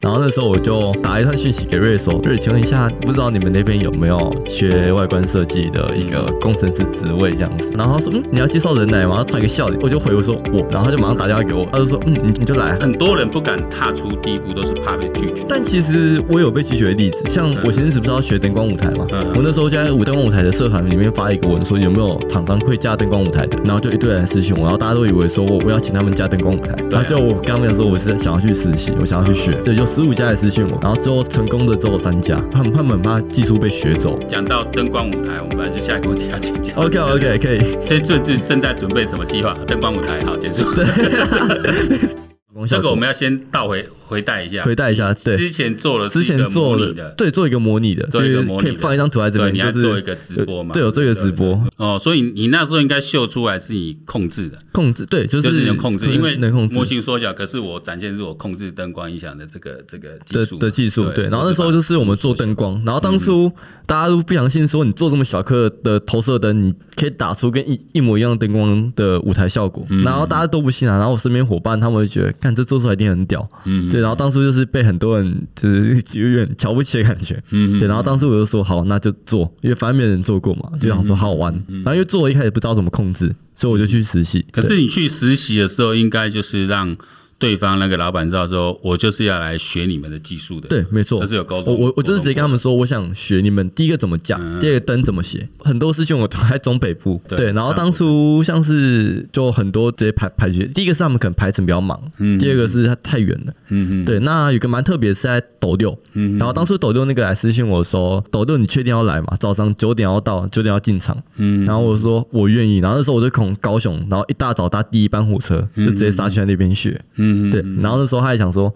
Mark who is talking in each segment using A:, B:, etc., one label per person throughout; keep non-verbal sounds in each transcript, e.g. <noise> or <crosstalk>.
A: 然后那时候我就打一串讯息给瑞说，瑞，请问一下，不知道你们那边有没有学外观设计的一个工程师职位这样子？然后他说，嗯，你要介绍人来吗？他传一个笑脸，我就回我说我，然后他就马上打电话给我，他就说，嗯，你你就来啊。
B: 很多人不敢踏出第一步，都是怕被拒绝。
A: 但其实我有被拒绝的例子，像我先是不是要学灯光舞台嘛？
B: 嗯
A: 我那时候就在舞灯光舞台的社团里面发一个文，说有没有厂商会架灯光舞台的，然后就一堆人私讯我，然后大家都以为说我我要请他们架灯光舞
B: 嗯
A: 台，然后就我刚面说我是想要去实习，我想要去学，对，有十五家来私讯我，然后最后成功的只有三家，他们他们很怕技术被学走。
B: 讲到灯光舞台，我们本来就下一个问题要请教。
A: OK OK 可以，
B: <laughs> 这这这正在准备什么计划？灯光舞台好结束。这个我们要先倒回回带一下，
A: 回带一下，对。
B: 之前做了
A: 之前做
B: 了
A: 的，对，做一个模拟的，
B: 做一个模拟
A: 就
B: 的
A: 是可以放一张图在这
B: 对
A: 边，
B: 你还
A: 就是
B: 做一个直播嘛
A: 对，有这个直播
B: 哦，所以你那时候应该秀出来是你控制的，
A: 控制，对，就
B: 就是是你能控制，因为
A: 能控制
B: 模型缩小，可是我展现是我控制灯光音响的这个这个技
A: 的
B: 术嘛
A: 的技术，对。然后那时候
B: 把
A: 就是我们
B: 技术
A: 做
B: 缩小
A: 灯光，然后
B: 嗯
A: 当初大家都不相信说你做这么小颗的投射灯，你可以打出跟一一模一样的灯光的舞台效果，
B: 嗯
A: 然后大家都不信啊。然后我身边伙伴他们就觉得，看这做出来一定很屌，
B: 嗯
A: 对。然后当初就是被很多人就是有点瞧不起的感觉，
B: 嗯嗯
A: 对。然后当时我就说好，那就做，因为反正没人做过嘛，就想说好好玩。然后因为做了一开始不知道怎么控制，所以我就去实习。
B: 可
A: 对
B: 是你去实习的时候，应该就是让对方那个老板知道说，我就是要来学你们的技术的。
A: 对，没错，
B: 这是有沟通
A: 我我我就是直接跟他
B: 沟
A: 们说，我想学你们第一个怎么讲，第二个灯怎么写。很多师兄我都在中北部，
B: 对
A: 对。然后当初像是就很多直接排排去，第一个是他们可能排程比较忙，
B: 嗯
A: 第二个是他太远了，
B: 嗯嗯，
A: 对。那有个蛮特别是在斗六，
B: 嗯
A: 然后当初斗六那个来私信我说，斗六你确定要来吗？早上九点要到，九点要进场。
B: 嗯
A: 然后我说我愿意，然后那时候我就从高雄，然后一大早搭第一班火车，就直接杀去那边学。
B: 嗯嗯
A: 对，然后那时候他还想说，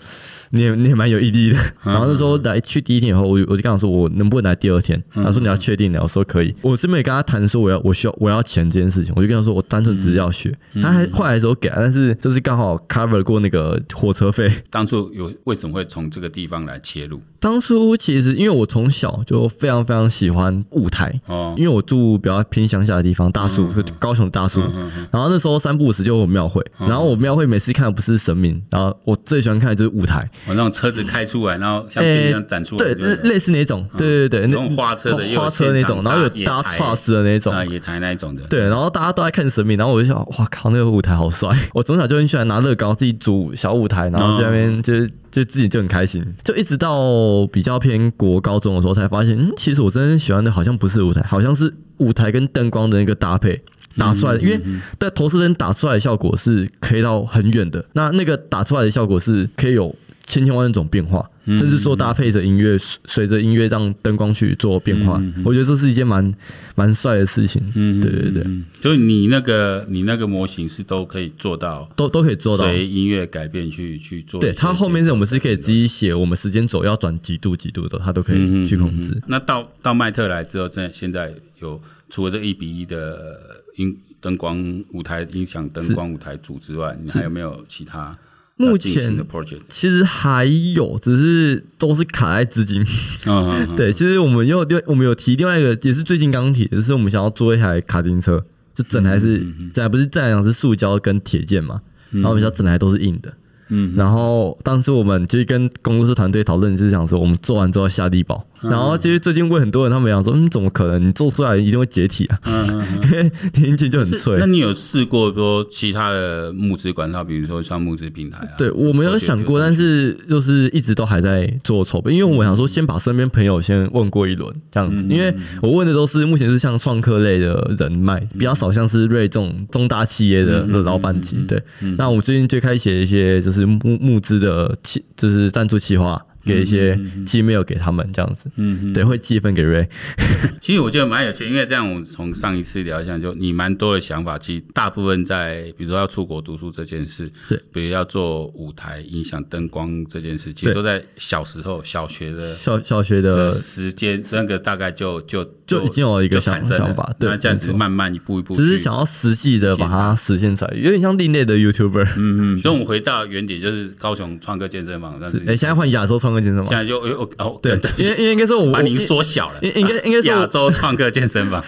A: 你也你也蛮有毅力的。然后那时候来去第一天以后，我就我就跟他说，我能不能来第二天？
B: 嗯
A: 他说你要确定的，我说可以。我是没有跟他谈说我要我需要我要钱这件事情，我就跟他说我单纯只是要学。
B: 嗯
A: 他还后来的时候给啊，但是就是刚好 cover 过那个火车费。 <laughs>
B: 当初有为什么会从这个地方来切入？
A: 当初其实因为我从小就非常非常喜欢舞台，
B: 哦，
A: 因为我住比较偏乡下的地方，大
B: 嗯
A: 树，就高雄大树。然后那时候三不五时就有庙会，
B: 嗯
A: 然后我庙会每次看的不是神明，然后我最喜欢看的就是舞台，
B: 我那种车子开出来，然后像冰箱展出来，
A: 对，
B: 对
A: 类
B: 不对
A: 类似那种，对对对，
B: 嗯那种花车的也有
A: 花车那种，
B: 现场
A: 然后有
B: 搭野
A: 搭
B: 台
A: trust 的那种，
B: 啊，野台那一种的。
A: 对，然后大家都在看神明，然后我就想，哇靠，那个舞台好帅！我从小就很喜欢拿乐高自己组小舞台，然后在那边就、就自己就很开心，就一直到比较偏国高中的时候才发现，嗯，其实我真正喜欢的好像不是舞台，好像是舞台跟灯光的一个搭配。打出来的，因为但投射灯打出来的效果是可以到很远的，那那个打出来的效果是可以有千千万万种变化，甚至说搭配着音乐，随随着音乐让灯光去做变化，我觉得这是一件蛮蛮帅的事情。嗯，对对对。
B: 嗯，所以你那个你那个模型是都可以做到，
A: 都都可以做到。
B: 随音乐改变去去做一些
A: 对，
B: 结合。
A: 它后面是我们是可以自己写，我们时间轴要转几度几度的，它都可以去控制。
B: 那到到麦特来之后，真的现在有除了这一比一的音灯光舞台音响灯光舞台组之外，你还有没有其他
A: 目
B: 要进行
A: 前
B: 的 project？
A: 其实还有，只是都是卡在资金。
B: 嗯嗯，嗯
A: 对，其实我们又另我们有提另外一个，也是最近刚提的，就是我们想要做一台卡丁车，就整台是整台不是整台讲是塑胶跟铁件嘛，然后我们想整台都是硬的。
B: 嗯，
A: 然后当时我们其实跟工作室团队讨论，就是想说我们做完之后下地保。然后其实最近问很多人，他们讲说，嗯，怎么可能？你做出来一定会解体啊，因为 <laughs> 铁件就很脆。啊
B: 嗯那你有试过说其他的募资管道，比如说像募资平台啊？
A: 对，我没有想过，但是就是一直都还在做筹备，因为我想说先把身边朋友先问过一轮这样子，因为我问的都是目前是像创客类的人脉，比较少像是瑞这种中大企业的老板级。对，那我最近就开始写一些就是募募资的企，就是赞助企划，给一些 Gmail 给他们这样子。嗯，对，会寄一份给瑞。
B: 其实我觉得蛮有趣，因为这样我从上一次聊一下，就你蛮多的想法，其实大部分在比如说要出国读书这件事，
A: 是，
B: 比如要做舞台音响、灯光这件事，其实
A: 对
B: 都在小时候小学的
A: 小小学
B: 呃
A: 的
B: 时间，那个大概就就
A: 就已经有一个
B: 就
A: 想
B: 产生了
A: 想法对
B: 那这样子
A: 没错
B: 慢慢一步一步去，
A: 只是想要实际的把它实现出来，有点像另类的 YouTuber。
B: 嗯嗯，所以我们回到原点，就是高雄创客健身房，但是
A: 哎、现在换亚洲创客歌健身
B: 现
A: 房。
B: 在就哦哦，
A: 对
B: 等等，
A: 因为因为应该说我
B: 把
A: 我
B: 您缩小了，啊
A: 应应该应该是我
B: 亚洲创客健身
A: <laughs>
B: 房，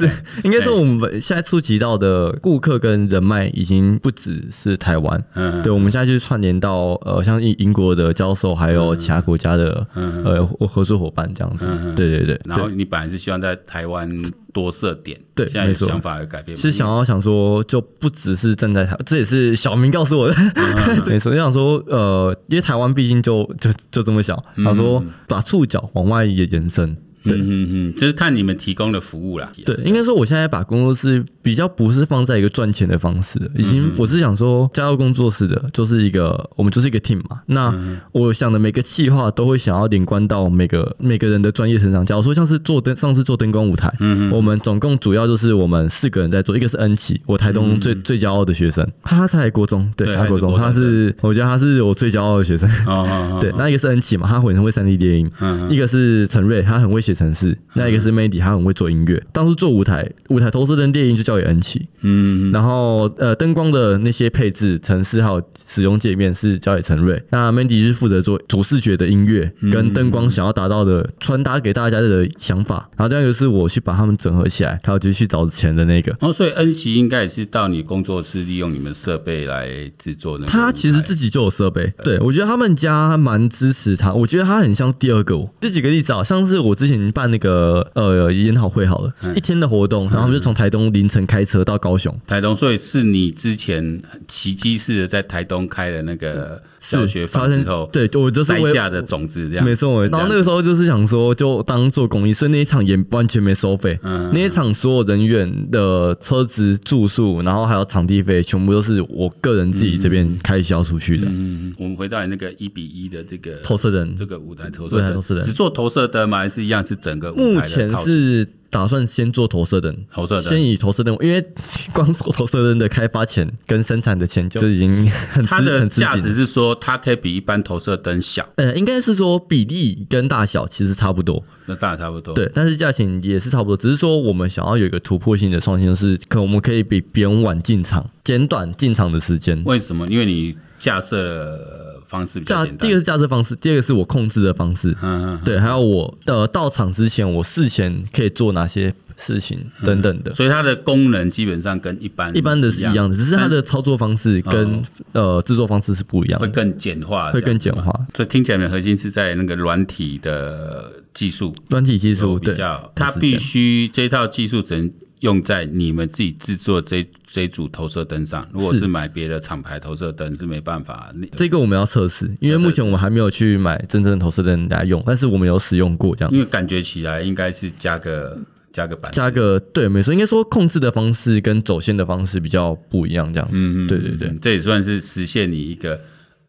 A: 应该说我们现在触及到的顾客跟人脉已经不只是台湾，
B: 嗯
A: 对，我们现在就是串联到呃，像英英国的教授，还有其他国家的、
B: 嗯
A: 呃合合作伙伴这样子。
B: 嗯嗯
A: 对对对
B: 然后
A: 对，
B: 你本来是希望在台湾多设点，
A: 对
B: 现在有
A: 没错
B: 想法有改变吗，
A: 是想要想说，就不只是站在台，这也是小明告诉我的。
B: 嗯
A: <laughs> 没错，就想说呃，因为台湾毕竟就就就这么小，
B: 嗯
A: 他说把触角往外也延伸。对
B: 嗯嗯嗯，就是看你们提供的服务啦，
A: 对，应该说我现在把工作室比较不是放在一个赚钱的方式了，
B: 嗯
A: 已经我是想说加入工作室的，就是一个我们就是一个 team 嘛。那
B: 嗯
A: 我想的每个企划都会想要连贯到每个每个人的专业身上。假如说像是做灯，上次做灯光舞台，
B: 嗯
A: 我们总共主要就是我们四个人在做，一个是恩琪，我台东最最骄傲的学生，他才国中，对，
B: 嗯对
A: 他
B: 他
A: 国
B: 是
A: 中，
B: 国中
A: 他是我觉得他是我最骄傲的学生。
B: 哦哦，哦
A: 对，，那一个是恩琪嘛，他很会三 D 电影；
B: 嗯
A: 一个是陈瑞，他很会写程式；那一个是 Mandy，他很会做音乐。当初做舞台舞台投射灯电影就交给恩琪，
B: 嗯，嗯
A: 然后呃灯光的那些配置、程式还有使用界面是交给陈瑞。那 Mandy 是负责做主视觉的音乐
B: 嗯
A: 跟灯光想要达到的传达给大家的想法。然后第二个是我去把他们整合起来，还有就是去找钱的那个。
B: 哦，所以恩熙应该也是到你工作室利用你们设备来制作那个舞台，
A: 他其实自己就有设备，对我觉得他们家蛮支持他，我觉得他很像第二个我。这几个例子啊，像是我之前办那个呃研讨会好了，
B: 嗯
A: 一天的活动，然后他们就从台东凌晨开车到高雄，
B: 台东，所以是你之前奇迹式的在台东开了那个教学
A: 发
B: 坊
A: 生
B: 之后，
A: 对我就是
B: 栽
A: 我
B: 下的种子这样，
A: 没错，然后那个时候就是想说，就当做公益，所以那一场也完全没收费。
B: 嗯
A: 那一场所有人员的车子、住宿，然后还有场地费，全部都是我个人自己这边开销出去的。
B: 嗯，我们回到你那个一比一的这个
A: 投射人
B: 这个舞台投
A: 舞台投
B: 射
A: 射
B: 灯，
A: 灯
B: 只做投射灯吗？还是一样是整个舞
A: 目
B: 台的
A: 前
B: 套？
A: 是打算先做投射灯，
B: 投射灯
A: 先以投射灯，因为 <laughs> 光做投射灯的开发钱跟生产的钱就已经
B: <laughs>
A: 很吃
B: 它的
A: 很吃
B: 价
A: 紧
B: 值是说，它可以比一般投射灯小，
A: 呃，应该是说比例跟大小其实差不多，
B: 那大概差不多。，
A: 对，但是价钱也是差不多，只是说我们想要有一个突破性的创新，就是可我们可以比别人晚进场，减短进场的时间。
B: 为什么？因为你架设的方式比较
A: 价
B: 简
A: 第
B: 单
A: 一个。是架设方式，第二个是我控制的方式，
B: 嗯嗯，
A: 对，还有我呃到场之前我事前可以做哪些事情等等的。
B: 所以它的功能基本上嗯跟一嗯般
A: 一般的是一样的，只是它的操作方式跟呃制作方式是不一样
B: 会
A: 的，
B: 更简化，
A: 会更简化。
B: 所以听起来，核心是在那个软体的技术
A: 软体技术
B: 有比
A: 对，
B: 较，
A: 它
B: 它
A: 是
B: 必
A: 这样
B: 须这套技术只能用在你们自己制作这这一组投射灯上。如果
A: 是
B: 是买别的厂牌投射灯是没办法，你
A: 这个我们要测试，因为目前我们还没有去买真正的投射灯来用，但是我们有使用过这样
B: 因。为感觉起来应该是加个加个板子，
A: 加个对，没错，应该说控制的方式跟走线的方式比较不一样，这样子。
B: 嗯，嗯
A: 对对，对
B: 嗯，这也算是实现你一个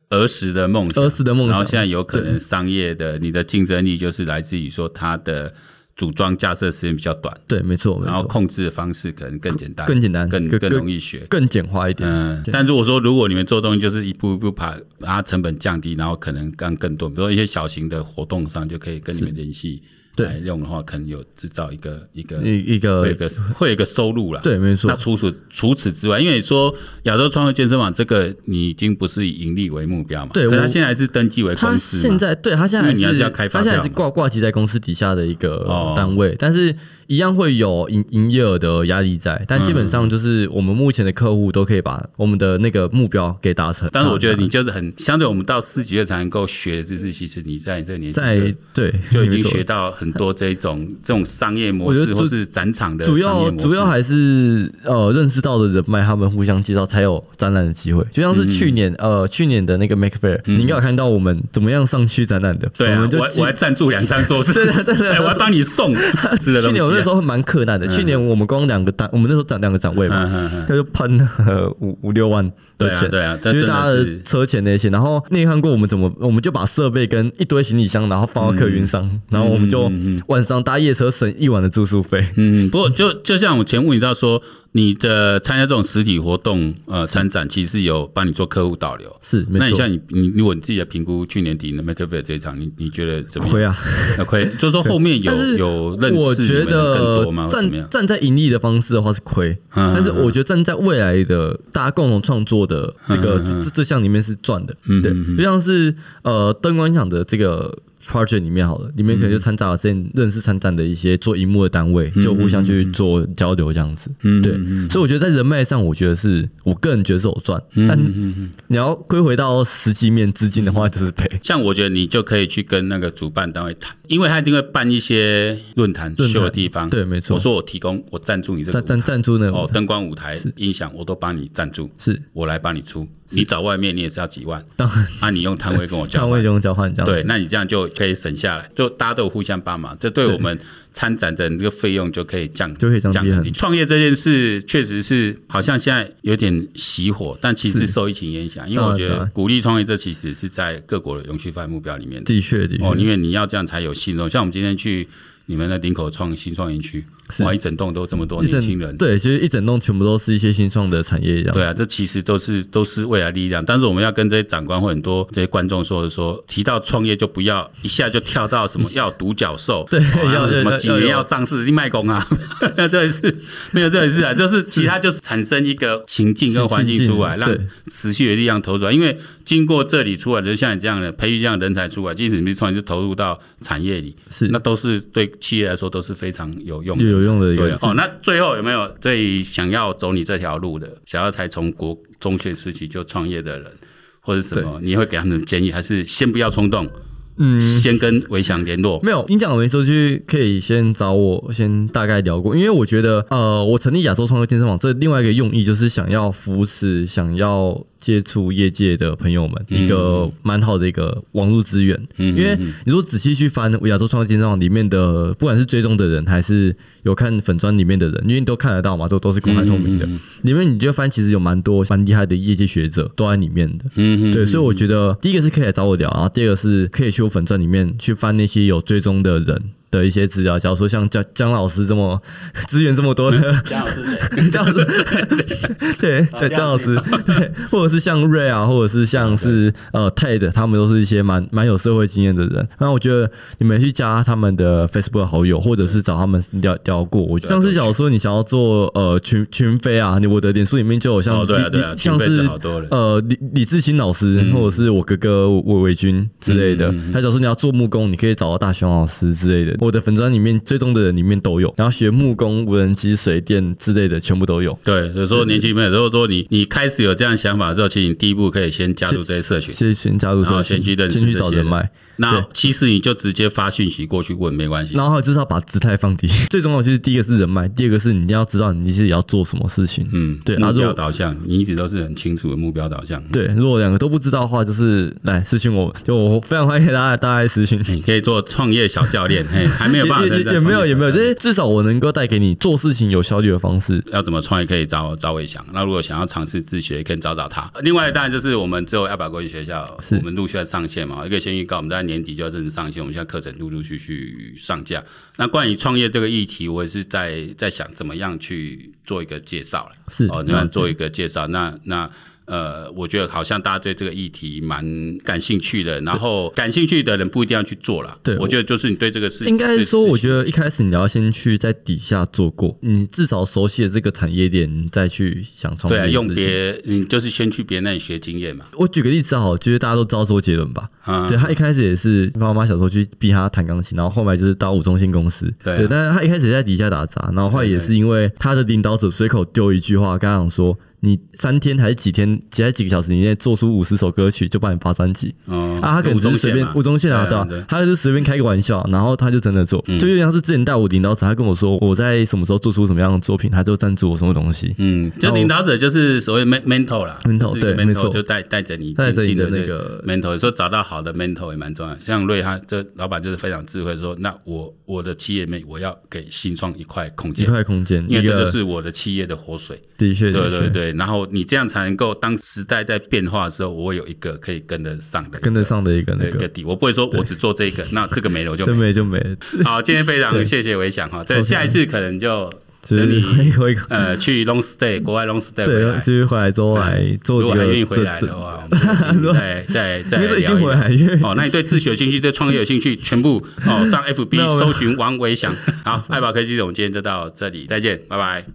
B: 儿时的梦想，
A: 儿时的梦想
B: 啊然后现在有可能商业的你的竞争力就是来自于说它的组装架设时间比较短，
A: 对，没错，没
B: 然后
A: 错，
B: 控制的方式可能更简单，
A: 更简单
B: 更
A: 更
B: 更
A: 更
B: 容易学。
A: 更简化一点。
B: 嗯，但如果说如果你们做东西就是一步一步把把它成本降低，然后可能让更多，比如说一些小型的活动上就可以跟你们联系
A: 对
B: 来用的话，可能有制造一个一个
A: 一一
B: 会有
A: 个
B: 一个会有一个收入啦。
A: 对，没错
B: 那，除此除此之外，因为你说亚洲创业健身房这个，你已经不是以盈利为目标嘛？
A: 对
B: 可
A: 我
B: 它现在是登记为
A: 他
B: 公司
A: 现
B: 嘛？
A: 在对他现在
B: 因
A: 还
B: 为你还是要开发
A: 他现在
B: 票
A: 还是
B: 嘛
A: 挂挂机在公司底下的一个
B: 哦
A: 单位，但是一样会有营营业额的压力在，但基本上就是我们目前的客户都可以把我们的那个目标给达成。
B: 但是我觉得
A: 达
B: 你就是很相对，我们到四级月才能够学的知识，其实你在你这个年纪
A: 在对
B: 就已
A: 没
B: 经
A: 错
B: 学到很多这种这种商业模
A: 我觉
B: 式，
A: 得
B: 或
A: 主
B: 是展场的商
A: 主
B: 业模
A: 要
B: 式。
A: 主要还是呃认识到的人脉，他们互相介绍才有展览的机会。就像是去年、
B: 嗯
A: 呃去年的那个 Make Fair，、你应该有看到我们怎么样上去展览的。
B: 对
A: 我
B: 啊
A: 们，就
B: 我还
A: 记
B: 我还赞助两张桌子，
A: 真的真的
B: 哎我还帮
A: <laughs>
B: 你送吃的东西
A: 去
B: 啊。
A: 年我那时候蛮困难的，去年我们光两个展，我们那时候展两个展位嘛，
B: 嗯嗯嗯
A: 他就喷了五五六万的钱，
B: 对啊对啊但
A: 就是
B: 真的
A: 大家
B: 是
A: 的车钱那些。然后你也看过我们怎么，我们就把设备跟一堆行李箱，然后放到客运
B: 嗯
A: 上，然后我们就晚上搭夜车省一晚的住宿费。
B: 嗯，不过就就像我前问你到说，你的参加这种实体活动，呃，参展其实有帮你做客户导流。
A: 是，没
B: 那你
A: 错，
B: 像你你如果你自己的评估，去年底的 Make Fair 这一场，你你觉得怎么样？
A: 亏啊。<laughs>
B: 呃亏，就是说后面有
A: 但是
B: 有认识
A: 我觉
B: 你们的更多吗？
A: 得
B: 或怎么样
A: 站？站在盈利的方式的话是亏，
B: 嗯
A: 但是我觉得站在未来的大家共同创作
B: 嗯
A: 的这个这这这项里面是赚的，对，就像是呃灯光奖的这个。 project 里面好了，里面可能就掺杂了之前认识参展的一些做荧幕的单位，就互相去做交流这样子。
B: 嗯
A: 对
B: 嗯，嗯
A: 所以我觉得在人脉上，我觉得是我个人觉得是有赚，但你要归回到实际面资金的话，就是赔。
B: 像我觉得你就可以去跟那个主办单位谈，因为他一定会办一些论坛
A: 论坛
B: 秀的地方。
A: 对没错
B: 嗯我说我提供，我赞助你这
A: 赞
B: 个舞台
A: 赞赞助呢？
B: 哦，灯光、舞台、音响，我都帮你赞助，
A: 是
B: 我来帮你出。你找外面你也是要几万，
A: 当然，
B: 啊，你用摊位跟我
A: <laughs>
B: 交
A: 像
B: 换
A: 魏。忠交换这样子。
B: 对，那你这样就可以省下来，就大家都有互相帮忙，这对我们参展的这个费用就可以降，
A: 就可以降低很
B: 低。创业这件事确实是好像现在有点熄火，但其实受疫情影响，因为我
A: 当
B: 觉
A: 然当
B: 得
A: 然
B: 鼓励创业这其实是在各国的永续发展目标里面的
A: 的确的
B: 哦，
A: 确，
B: 因为你要这样才有信任。像我们今天去你们的林口创新创园区，
A: 是
B: 哇，一整栋都这么多
A: 一
B: 年轻
A: 整
B: 人。
A: 对，其实一整栋全部都是一些新创的产业这样。
B: 对啊，这其实都是都是未来力量。但是我们要跟这些长官或很多这些观众说的说，提到创业就不要一下就跳到
A: <laughs>
B: 什么要独角兽，
A: 对
B: 哦还有
A: 要
B: 什么
A: 要
B: 几年
A: 要
B: 要上市，你卖公啊， <laughs> 这也是没有这也是啊，就是其他就是产生一个情境跟环境出来，
A: 情
B: 让
A: 境
B: 持续的力量投入出来。因为经过这里出来的，像你这样的培育这样的人才出来，即使你们突然就投入到产业里，
A: 是
B: 那都是对企业来说都是非常有用的
A: 又。有用的一
B: 对
A: 个
B: 哦，那最后有没有最想要走你这条路的，想要才从国中学时期就创业的人，或者什么，你会给他们建议，还是先不要冲动，
A: 嗯，
B: 先跟维翔联络？
A: 没有，你讲没说去，可以先找我先大概聊过，因为我觉得，呃，我成立亚洲创业健身房这另外一个用意就是想要扶持、想要接触业界的朋友们、一个蛮好的一个网络资源。
B: 嗯
A: 因为你说仔细去翻亚洲创业健身房里面的，不管是追踪的人还是有看粉砖里面的人，因为你都看得到嘛，都都是公开透明
B: 嗯
A: 的。里面你就翻，其实有蛮多蛮厉害的业界学者都在里面的。
B: 嗯，
A: 对，所以我觉得第一个是可以来找我聊，然后第二个是可以去我粉钻里面去翻那些有追踪的人的一些资料。假如说像江江老师这么 <laughs> 资源这么多的
C: 姜老师啊谁？
A: 江老师，对江江老师，对， <laughs> 或者是像瑞啊，或者是像是呃 Ted，他们都是一些蛮蛮有社会经验的人。那我觉得你们去加他们的 Facebook 好友，或者是找他们聊聊过。我
B: 啊
A: 像是假如说你想要做呃群群飞啊，你我的脸书里面就有像
B: 哦对啊
A: 李
B: 对啊
A: 李嗯
B: 群
A: 像
B: 飞是
A: 是
B: 好多人嗯
A: 呃，李李志新老师，或者是我哥哥韦伟军之类的。他假如说你要做木工，你可以找到大雄老师之类的。我的粉砖里面追踪的人里面都有，然后学木工、无人机、水电之类的，全部都有。
B: 对，有时候年轻朋友，如果说你你开始有这样想法之后，其实你第一步可以先加入这些社群，
A: 先先加入
B: 然
A: 社
B: 后哦先
A: 群，
B: 去认识
A: 先去
B: 这
A: 找
B: 些
A: 人
B: 人
A: 脉，
B: 那其实你就直接发讯息过去问，没关系。
A: 然后就是要把姿态放低。 <laughs> 最重要的就是第一个是人脉，第二个是你一定要知道你自己要做什么事情。
B: 嗯，
A: 对啊
B: 目
A: 如
B: 标
A: 果
B: 导向，你一直都是很清楚的目标导向。
A: 对，如果两个都不知道的话，就是来私信我，就我非常欢迎大家大家来私信。
B: 你可以做创业小教练，嘿，还没有办法
A: 也也
B: 在
A: 也没有也没有，
B: 在创业小教练
A: 就是至少我能够带给你做事情有效率的方式。
B: 要怎么创业可以找找伟翔。那如果想要尝试自学，也可以找找他。另外，当然就是我们之后要把国际学校，
A: 是
B: 我们陆续要上线嘛。一个先预告，我们在年底就要正式上线，我们现在课程陆陆续续上架。那关于创业这个议题，我也是在在想怎么样去做一个介绍了。
A: 是
B: 哦，那做一个介绍。那那呃，我觉得好像大家对这个议题蛮感兴趣的，然后感兴趣的人不一定要去做啦。
A: 对
B: 我觉得就是你对这个事，
A: 应该
B: 对
A: 说，
B: 事
A: 我
B: 情
A: 觉得一开始你要先去在底下做过，你至少熟悉了这个产业链，你再去想创
B: 对
A: 业。
B: 啊，用。别你就是先去别人那里学经验嘛。
A: 我举个例子好了，就是大家都知道周杰伦吧？
B: 啊
A: 对他一开始也是爸妈小时候去逼他弹钢琴，然后后来就是到五中心公司。
B: 对啊
A: 对，但是他一开始在底下打杂，然后后来也是因为他的领导者随口丢一句话，跟他讲说。你三天还是几天，几还几个小时以内做出五十首歌曲，就帮你发专辑。
B: 哦
A: 啊，他可能只是随便吴宗宪啊拿到，
B: 对啊嗯
A: 他就是随便开个玩笑，然后他就真的做，就有点像是之前带我领导者，他跟我说我在什么时候做出什么样的作品，他就赞助我什么东西。
B: 嗯，就领导者就是所谓 men- mentor 啦
A: mentor，
B: 就是一个
A: 对没错
B: ，mentor 就带带着你
A: 带着你的
B: 进
A: 那
B: 这
A: 个
B: mentor，说找到好的 mentor 也蛮重要。像瑞他这老板就是非常智慧，说那我我的企业里面我要给新创一块空
A: 一
B: 间，
A: 块空间，一
B: 因为这就
A: 个
B: 是我的企业的活水。
A: 的确，
B: 对对
A: 的确，
B: 对，然后你这样才能够当时代在变化的时候，我有一个可以跟得上的一个
A: 跟得上的一个那
B: 一个
A: 个，
B: 底，我不会说我只做这个，那这个没了我
A: <laughs>
B: 就
A: 真
B: 没了。
A: 没就没了，
B: 好，今天非常谢谢维想哈，这
A: OK
B: 下一次可能就
A: 就
B: 等
A: 是
B: 你
A: 回回
B: 呃去 long stay 国外 long stay 回
A: 对，
B: 来嗯
A: 就。是回来之后来做
B: 如
A: 这
B: 果
A: 个
B: 还愿意回
A: 这
B: 来
A: 这
B: 的话，
A: <laughs>
B: 我们再再再
A: 没事一
B: 聊
A: 定回来，因为
B: 哦，那你对自学有兴趣，对创业有兴趣，全部哦上 FB
A: <laughs> 没有没有
B: 搜寻王维祥。好，爱宝科技总监就到这里，再见，拜拜。